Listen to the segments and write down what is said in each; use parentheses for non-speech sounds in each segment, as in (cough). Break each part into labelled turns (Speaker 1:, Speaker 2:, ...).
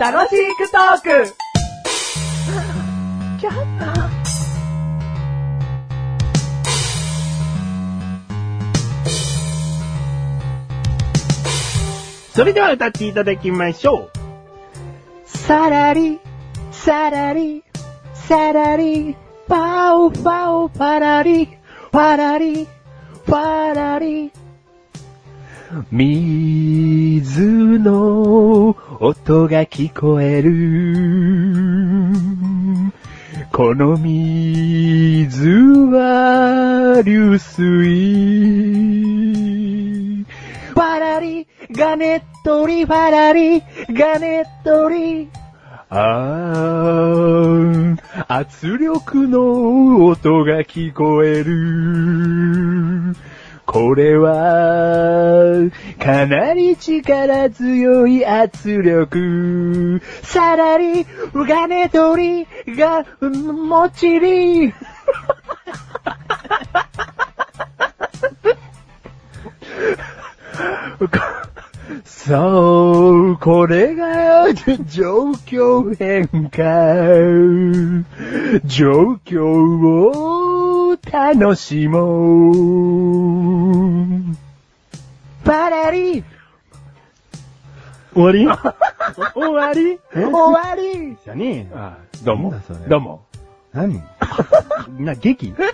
Speaker 1: 楽しくトーク
Speaker 2: それでは歌っていただきましょう。
Speaker 1: さらり、さらり、さらり、パオパオパラリ、パラリ、パラリ。
Speaker 2: 水の音が聞こえる。この水は流水。
Speaker 1: パラリ、ガネットリ、パラリ、ガネットリ。
Speaker 2: あー、圧力の音が聞こえる。これは、かなり力強い圧力。
Speaker 1: さらり、ガネトリ、が、もちり。
Speaker 2: そう、これが、状況変化。状況を楽しもう。
Speaker 1: パラリ、
Speaker 2: 終わり終わり
Speaker 1: 終わり。
Speaker 3: じゃねえよ。
Speaker 2: あどうも
Speaker 3: なんだそれ、
Speaker 2: どうも。
Speaker 3: 何な、 (laughs) 劇げ
Speaker 2: (laughs)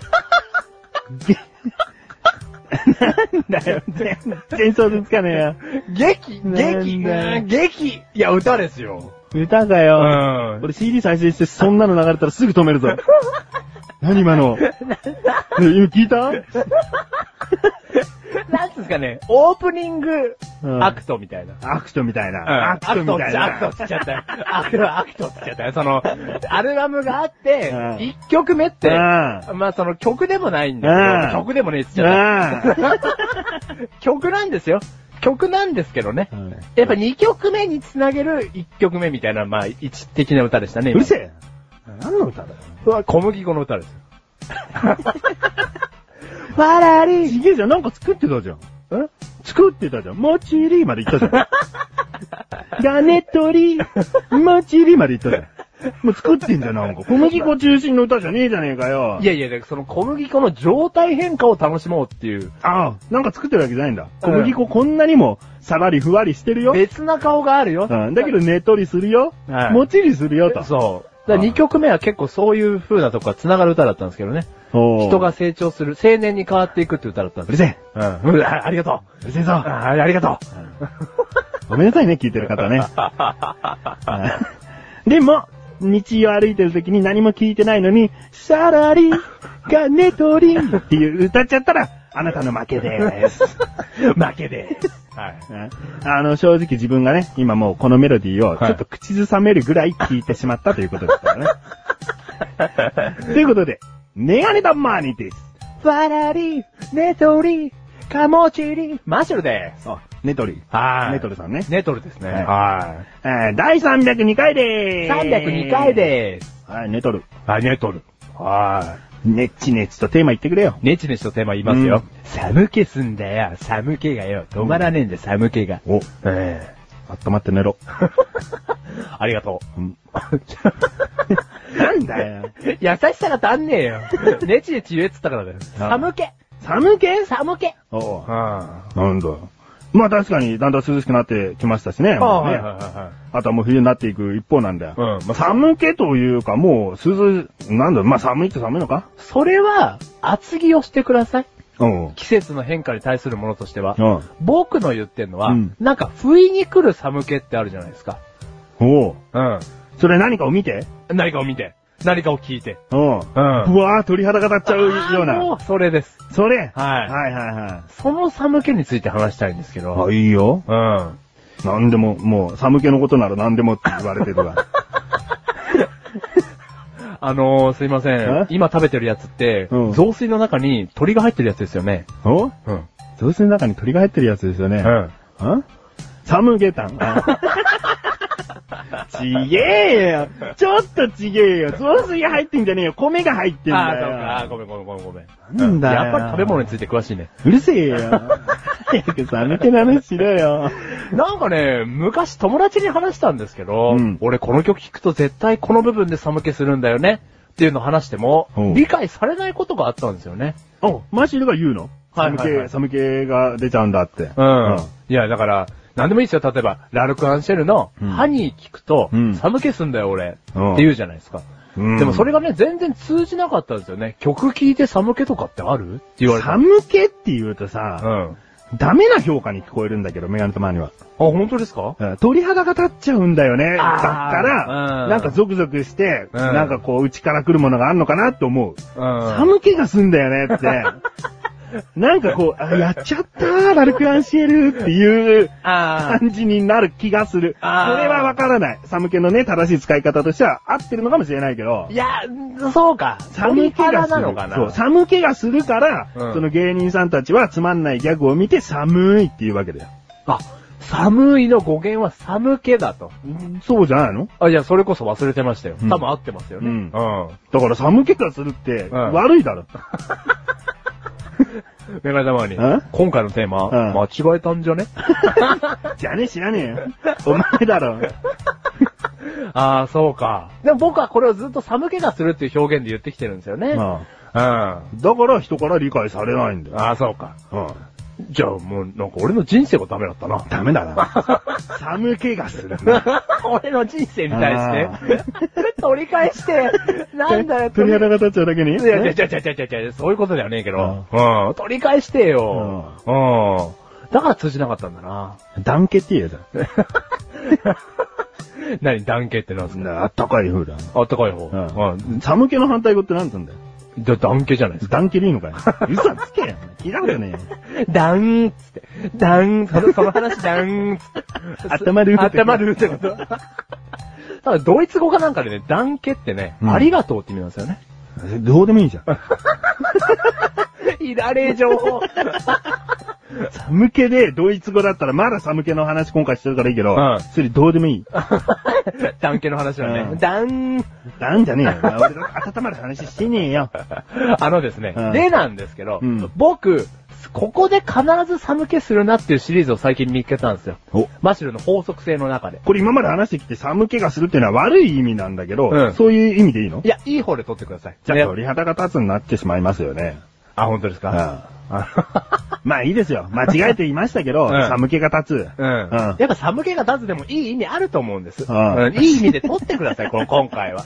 Speaker 2: なんだよ、全然想像つかねえよ。
Speaker 3: 劇
Speaker 2: なんだよ
Speaker 3: 劇いや、歌ですよ。
Speaker 2: 歌か
Speaker 3: う
Speaker 2: よ。
Speaker 3: ん。
Speaker 2: 俺 CD 再生してそんなの流れたらすぐ止 (laughs) めるぞ。何今の。え今聞いた
Speaker 3: なんつうんすかね、オープニング
Speaker 2: うん
Speaker 3: アクトみたいな。
Speaker 2: アクトみたいな。
Speaker 3: ア
Speaker 2: ア
Speaker 3: ク
Speaker 2: ク
Speaker 3: ト
Speaker 2: トみ
Speaker 3: った
Speaker 2: い
Speaker 3: ちゃア
Speaker 2: な。
Speaker 3: クトっちゃったよ。アクト、アクトっちゃったよ。その、アルバムがあって
Speaker 2: う、ん
Speaker 3: 一曲目って、
Speaker 2: う
Speaker 3: まあその曲でもないんだけど、
Speaker 2: うん
Speaker 3: 曲でもねえっつっちゃっ
Speaker 2: う
Speaker 3: た。曲なんですよ。曲なんですけどね。
Speaker 2: ん。
Speaker 3: やっぱ2曲目につなげる1曲目みたいな、まあ、一致的な歌でしたね。
Speaker 2: うるせ
Speaker 3: え
Speaker 2: え。何の歌だよ。
Speaker 3: 小麦粉の歌ですよ。
Speaker 1: パラリ、
Speaker 2: ちげえじゃん、なんか作ってたじゃん。え作ってたじゃん。もちりまで言った (laughs) じゃん。ガネトリ、もちりまで言 (laughs) ったじゃん。もう作ってんじゃん、なんか。小麦粉中心の歌じゃねえじゃねえかよ。
Speaker 3: いやいや、だからその小麦粉の状態変化を楽しもうっていう、
Speaker 2: ああ、なんか作ってるわけじゃないんだ。
Speaker 3: うん
Speaker 2: 小麦粉こんなにも、さらりふわりしてるよ。
Speaker 3: 別な顔があるよ。
Speaker 2: うん、だけど、ねっとりするよ。
Speaker 3: はい
Speaker 2: もっちりするよ、と。
Speaker 3: そう。だ2曲目は結構そういう風なとこが繋がる歌だったんですけどね。
Speaker 2: おう
Speaker 3: 人が、成長する、青年に変わっていくっていう歌だったん
Speaker 2: う
Speaker 3: で
Speaker 2: る
Speaker 3: す。
Speaker 2: せえ。
Speaker 3: うん。うんあありがと
Speaker 2: うるせえ
Speaker 3: う。
Speaker 2: ぞ。
Speaker 3: あありがとう。
Speaker 2: ごめんなさいね、聞いてる方ね。
Speaker 3: (laughs)
Speaker 2: はいでも、道を歩いてる時に何も聞いてないのに、さらり、がねとりっていう歌っちゃったら、あなたの負け
Speaker 3: (laughs)
Speaker 2: です。負けです。
Speaker 3: はい。
Speaker 2: あの、正直自分がね、今もうこのメロディーを
Speaker 3: はい
Speaker 2: ちょっと口ずさめるぐらい聞いてしまったということですから
Speaker 3: (laughs)
Speaker 2: ね。ということで、メガネタマーニーです。
Speaker 1: パラリ、ネトリ、カモチリ。
Speaker 3: マシュルです。
Speaker 2: あ、ネトリ。
Speaker 3: はい
Speaker 2: ネトリさんね。
Speaker 3: ネトルですね。
Speaker 2: はい
Speaker 3: は
Speaker 2: えー第302回でーす。
Speaker 3: 302回です。
Speaker 2: はい、ネトル。
Speaker 3: はい、ネトル。はい。
Speaker 2: ネッチネッチとテーマ言ってくれよ。
Speaker 3: ネチネチとテーマ言います
Speaker 2: う
Speaker 3: よ
Speaker 2: ん。
Speaker 3: 寒気すんだよ、寒気がよ。止まらねえんだよ、寒気が。
Speaker 2: お、
Speaker 3: え
Speaker 2: 温まって寝ろ。
Speaker 3: え (laughs) ありがと
Speaker 2: うん (laughs)
Speaker 3: う。
Speaker 2: なんだよ。
Speaker 3: 優しさが足ん
Speaker 2: (laughs)
Speaker 3: ねえよ。ネチネチ言えっつったからだよ。寒気
Speaker 2: 寒気
Speaker 3: 寒気
Speaker 2: おう
Speaker 3: あ
Speaker 2: なんだよ。まあ確かにだんだん涼しくなってきましたしね。
Speaker 3: あ、
Speaker 2: もう
Speaker 3: は
Speaker 2: ね
Speaker 3: いはいは
Speaker 2: あとはもう冬になっていく一方なんだよ。
Speaker 3: いはい。うん。まあ、
Speaker 2: 寒気というか、もう、涼、なんだ、まあ寒いって寒いのか
Speaker 3: それは、厚着をしてください。
Speaker 2: うん。うん。
Speaker 3: 季節の変化に対するものとしては。
Speaker 2: お
Speaker 3: 僕の言ってんのは、
Speaker 2: うん
Speaker 3: なんか、不意に来る寒気ってあるじゃないですか。
Speaker 2: おう
Speaker 3: うん。
Speaker 2: それ何かを見て
Speaker 3: 何かを見て、何かを聞いて。
Speaker 2: うん。う
Speaker 3: うん
Speaker 2: わぁ、鳥肌が立っちゃうよう
Speaker 3: あーも
Speaker 2: な。
Speaker 3: うそれです。
Speaker 2: それ
Speaker 3: はい
Speaker 2: はいはいは
Speaker 3: その寒気について話したいんですけど。
Speaker 2: い。あ、いいよ。
Speaker 3: うん。
Speaker 2: なんでも、もう、寒気のことなら何でもって言われてる
Speaker 3: (laughs)
Speaker 2: わ。
Speaker 3: あのー、すいません
Speaker 2: え。
Speaker 3: 今食べてるやつって、
Speaker 2: うん
Speaker 3: 雑炊の中に鳥が入ってるやつですよね。
Speaker 2: お
Speaker 3: うん。
Speaker 2: 雑炊の中に鳥が入ってるやつですよね。
Speaker 3: うん。
Speaker 2: んサムゲタン。ちげえよ。ちょっとちげえよ。雑炊入ってんじゃねえよ。米が入ってん
Speaker 3: ああ、
Speaker 2: だ
Speaker 3: そうか。あー
Speaker 2: よ。
Speaker 3: ごめんごめんごめんごめん。
Speaker 2: なんだよ
Speaker 3: やっぱり食べ物について詳しいね。
Speaker 2: うるせえよ。早くさ、抜けな話しろよ。
Speaker 3: なんかね、昔友達に話したんですけど、
Speaker 2: うん
Speaker 3: 俺この曲聴くと絶対この部分で寒気するんだよねっていうのを話しても
Speaker 2: うん、
Speaker 3: 理解されないことがあったんですよね。
Speaker 2: お、マシルが言うの
Speaker 3: は
Speaker 2: 寒
Speaker 3: いはいは
Speaker 2: 気、
Speaker 3: い
Speaker 2: 寒気が出ちゃうんだって。
Speaker 3: うん。いや、だから、なんでもいいですよ。例えば、ラルク・アンシェルの、
Speaker 2: うん
Speaker 3: ハニー聞くと、
Speaker 2: うん
Speaker 3: 寒気すんだよ俺、
Speaker 2: うん
Speaker 3: って言うじゃないですか。
Speaker 2: うん
Speaker 3: でもそれがね、全然通じなかったんですよね。曲聴いて寒気とかってあるって言われた。
Speaker 2: 寒気って言うと
Speaker 3: う
Speaker 2: さ、
Speaker 3: ん。あ、
Speaker 2: ダメな評価に聞こえるんだけど、メガネたまには。
Speaker 3: 本当ですか
Speaker 2: うん鳥肌が立っちゃうんだよね。だか
Speaker 3: あー
Speaker 2: ら、
Speaker 3: うん
Speaker 2: なんかゾクゾクして、
Speaker 3: うん
Speaker 2: なんかこう、内から来るものがあるのかなって思う。
Speaker 3: うん。
Speaker 2: 寒気がすんだよね
Speaker 3: (laughs)
Speaker 2: って。なんかこう、あやっちゃったー、ラルクアンシエルっていう
Speaker 3: あー
Speaker 2: 感じになる気がする。それ
Speaker 3: あー
Speaker 2: はわからない。寒気のね、正しい使い方としては合ってるのかもしれないけど
Speaker 3: い。や、そうか。
Speaker 2: 寒気
Speaker 3: 寒気
Speaker 2: が
Speaker 3: が
Speaker 2: する。
Speaker 3: なのかな。
Speaker 2: そう、寒気がするから、
Speaker 3: うん
Speaker 2: その芸人さんたちはつまんないギャグを見て寒いっていうわけだよ。
Speaker 3: あ、寒いの語源は寒気だと。
Speaker 2: そうじゃないの
Speaker 3: あ、いや、それこそ忘れてましたよ。
Speaker 2: うん
Speaker 3: 多分合ってますよね。
Speaker 2: うん
Speaker 3: うん
Speaker 2: だから寒気がするって、
Speaker 3: うん
Speaker 2: 悪いだろ。
Speaker 3: メガネ玉に
Speaker 2: ん、
Speaker 3: 今回のテーマ、
Speaker 2: うん
Speaker 3: 間違えたんじゃね
Speaker 2: じゃねえ知らねえよ。お前だろ。
Speaker 3: ああ、そうか。でも僕はこれをずっと寒気がするっていう表現で言ってきてるんですよね。うん。
Speaker 2: あ
Speaker 3: あ
Speaker 2: あだから人から理解されないんだよ。
Speaker 3: あ、そうか。
Speaker 2: うん
Speaker 3: じゃあもう、なんか俺の人生がダメだっ
Speaker 2: (laughs)
Speaker 3: たな。
Speaker 2: ダメだな。寒気が (laughs) するな。
Speaker 3: 俺の人生に対して。取り返して、なんだよ、
Speaker 2: 鳥
Speaker 3: 取り
Speaker 2: 肌が立っちゃうだけに
Speaker 3: いやいやいやいやいやいやいや、そういうことではねえけど。うん。取り返してよ。うん。だから通じなかったんだな。
Speaker 2: 団結って言えだ。
Speaker 3: (laughs) 何、団結ってなんですか
Speaker 2: あったかい風だ。
Speaker 3: あったかい方。
Speaker 2: うん
Speaker 3: うん。
Speaker 2: 寒気の反対語って何なんだよ。
Speaker 3: じゃあ団結じゃないですか。
Speaker 2: 団結でいいのかよ。嘘つけよ。聞いたことねえよ。
Speaker 3: ダンっつって。ダン、そのその話ダンっ (laughs) つって。
Speaker 2: (laughs) 温まる
Speaker 3: あったまるってこと。 (laughs) ただ、ドイツ語かなんかでね、団結ってね、
Speaker 2: うん
Speaker 3: ありがとうって意味なんですよね。
Speaker 2: (laughs) どうでもいいじゃん。
Speaker 3: いられえ情報。
Speaker 2: 寒気でドイツ語だったらまだ寒気の話今回してるからいいけど、
Speaker 3: うん
Speaker 2: それどうでもいい。
Speaker 3: (laughs) 団結の話は
Speaker 2: うん
Speaker 3: ね、ダン、
Speaker 2: なんじゃねえよ。俺の温まる話してねえよ。
Speaker 3: (laughs) あのですね、
Speaker 2: うん
Speaker 3: でなんですけど、
Speaker 2: うん
Speaker 3: 僕、ここで必ず寒気するなっていうシリーズを最近見つけたんですよ。
Speaker 2: お
Speaker 3: マシュルの法則性の中で。
Speaker 2: これ今まで話してきて寒気がするっていうのは悪い意味なんだけど、
Speaker 3: うん
Speaker 2: そういう意味でいいの
Speaker 3: いや、いい方で取ってください。
Speaker 2: じゃあ
Speaker 3: ね
Speaker 2: 鳥肌が立つになってしまいますよね。
Speaker 3: あ、本当です
Speaker 2: うん
Speaker 3: か、
Speaker 2: まあいいですよ。間違えていましたけど、
Speaker 3: (laughs) うん
Speaker 2: 寒気が立つ。
Speaker 3: (laughs) うん。
Speaker 2: うん
Speaker 3: やっぱ寒気が立つでもいい意味あると思うんです。
Speaker 2: うん
Speaker 3: うんいい意味で取ってください、この今回は。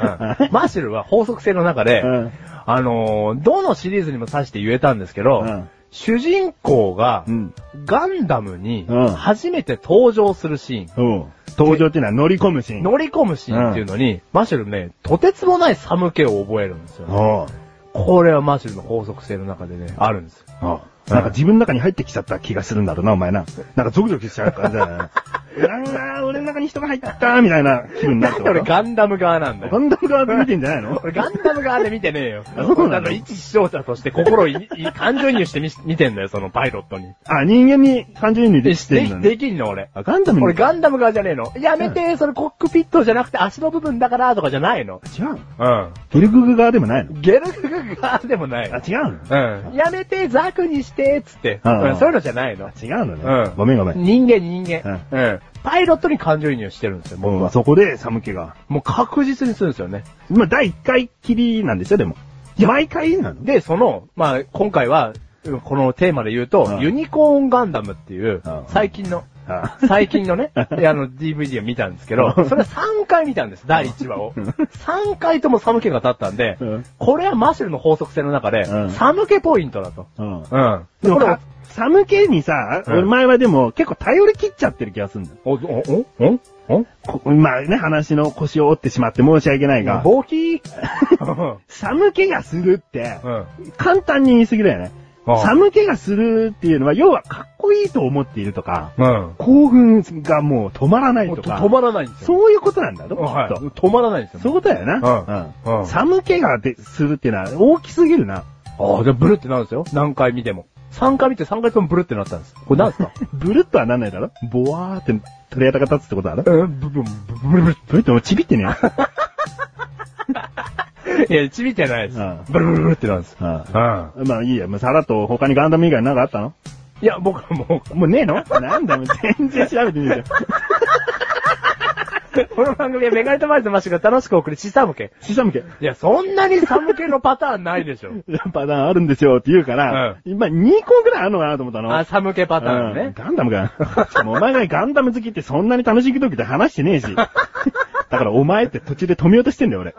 Speaker 3: うんマッシュルは法則性の中で、
Speaker 2: うん
Speaker 3: あのーどのシリーズにも指して言えたんですけど、
Speaker 2: うん
Speaker 3: 主人公が
Speaker 2: うん、
Speaker 3: ガンダムに
Speaker 2: うん
Speaker 3: 初めて登場するシーン、
Speaker 2: うん登場っていうのは乗り込むシーン。
Speaker 3: 乗り込むシーンっていうのに、マッシュルね、とてつもない寒気を覚えるんですよ、ね。
Speaker 2: おう
Speaker 3: これはマッシュルの法則性の中でね、あるんですよ。
Speaker 2: おうなんか自分の中に入ってきちゃった気がするんだろうな、お前な。なんかゾクゾクしちゃう感じだよ
Speaker 3: (laughs)
Speaker 2: ね。なんか、俺の中に人が入った、みたいな気分になるってこ
Speaker 3: 俺
Speaker 2: と
Speaker 3: ガンダム側なんだよ
Speaker 2: ガ。ンダム側で見てんじゃないの
Speaker 3: 俺ガンダム側で見てねえよ。
Speaker 2: そうなの
Speaker 3: あの、一視聴者として心をいい感情移入してみ見てんだよ、そのパイロットに。
Speaker 2: あ、人間に感情移入でしてんの
Speaker 3: で
Speaker 2: ね。
Speaker 3: できんの俺。
Speaker 2: あ、ガンダムに。
Speaker 3: 俺ガンダム側じゃねえの。やめて、それコックピットじゃなくて足の部分だからとかじゃないの。
Speaker 2: 違う。
Speaker 3: うん。
Speaker 2: ゲルググ側でもないの
Speaker 3: ゲルググ側でもない。
Speaker 2: あ、違うの
Speaker 3: うん。やめて、ザクにして、つって。
Speaker 2: うん
Speaker 3: うんそういうのじゃないの。
Speaker 2: 違うのね。
Speaker 3: うん
Speaker 2: ごめんごめん。
Speaker 3: 人間人間。うん。パイロットに感情移入してるんですよ、僕
Speaker 2: もう
Speaker 3: は。
Speaker 2: そこで寒気が。
Speaker 3: もう確実にするんですよね。
Speaker 2: まあ、第1回きりなんですよ、でも。毎回なの
Speaker 3: で、その、まあ、今回は、うんこのテーマで言うと、
Speaker 2: うん
Speaker 3: ユニコーンガンダムっていう
Speaker 2: うん、
Speaker 3: 最近の、
Speaker 2: あ
Speaker 3: 最近
Speaker 2: (laughs)
Speaker 3: のね、であの、DVD を見たんですけど、それ3回見たんです、第1話を。3回とも寒気が立ったんで
Speaker 2: うん、
Speaker 3: これはマシュルの法則性の中で
Speaker 2: うん、
Speaker 3: 寒気ポイントだと。
Speaker 2: うん。
Speaker 3: うん。
Speaker 2: でも
Speaker 3: これ
Speaker 2: さ、寒気にさ、
Speaker 3: うん
Speaker 2: 俺前はでも結構頼り切っちゃってる気がするんだよ
Speaker 3: お、お、お、お、お
Speaker 2: こ。まあね、話の腰を折ってしまって申し訳ないが、
Speaker 3: ボキー
Speaker 2: (laughs) 寒気がするって、
Speaker 3: うん。
Speaker 2: 簡単に言い過ぎだよね。
Speaker 3: うん
Speaker 2: 寒気がするっていうのは、要はかっこいいと思っているとか、
Speaker 3: うん。
Speaker 2: 興奮がもう止まらない
Speaker 3: もう
Speaker 2: とか、
Speaker 3: 止まらないんですよ。
Speaker 2: そういうことなんだろ、
Speaker 3: は
Speaker 2: きっ
Speaker 3: い
Speaker 2: と。
Speaker 3: 止まらないんですよ。
Speaker 2: そういうことだよな。
Speaker 3: うんうん
Speaker 2: 寒気がでするっていうのは大きすぎるな。
Speaker 3: ああ、じゃあブルってなるんですよ。何回見ても。3回見て3回ともブルってなったんです。これ何ですか
Speaker 2: ブルッとはなんないだろボワーって鳥肌が立つってことだろ
Speaker 3: (laughs) うん、ブブン、ブルブル
Speaker 2: ブルッともうちびってね。
Speaker 3: いや、ちびてないです。
Speaker 2: うん
Speaker 3: ブルブルブルってなんです。
Speaker 2: うん
Speaker 3: うん。
Speaker 2: まあいいや、もうさらっと他にガンダム以外なんかあったの
Speaker 4: いや、僕はもう、
Speaker 2: もうねえのなんだよ、全然調べてねえじゃん。
Speaker 3: この番組はメガネとマリとマッシュが楽しく送るシサムケ。
Speaker 2: シサムケ。
Speaker 3: いや、そんなにサムケのパターンないでしょ。
Speaker 2: パターンあるんですよって言うから、今2個ぐらいあるのかなと思ったの。
Speaker 3: (laughs) あ、サムケパターン
Speaker 2: うん
Speaker 3: ね。
Speaker 2: ガンダムか。しかもお前がガンダム好きってそんなに楽しい時って話してねえし。だからお前って途中で止めようとしてんだよ、俺。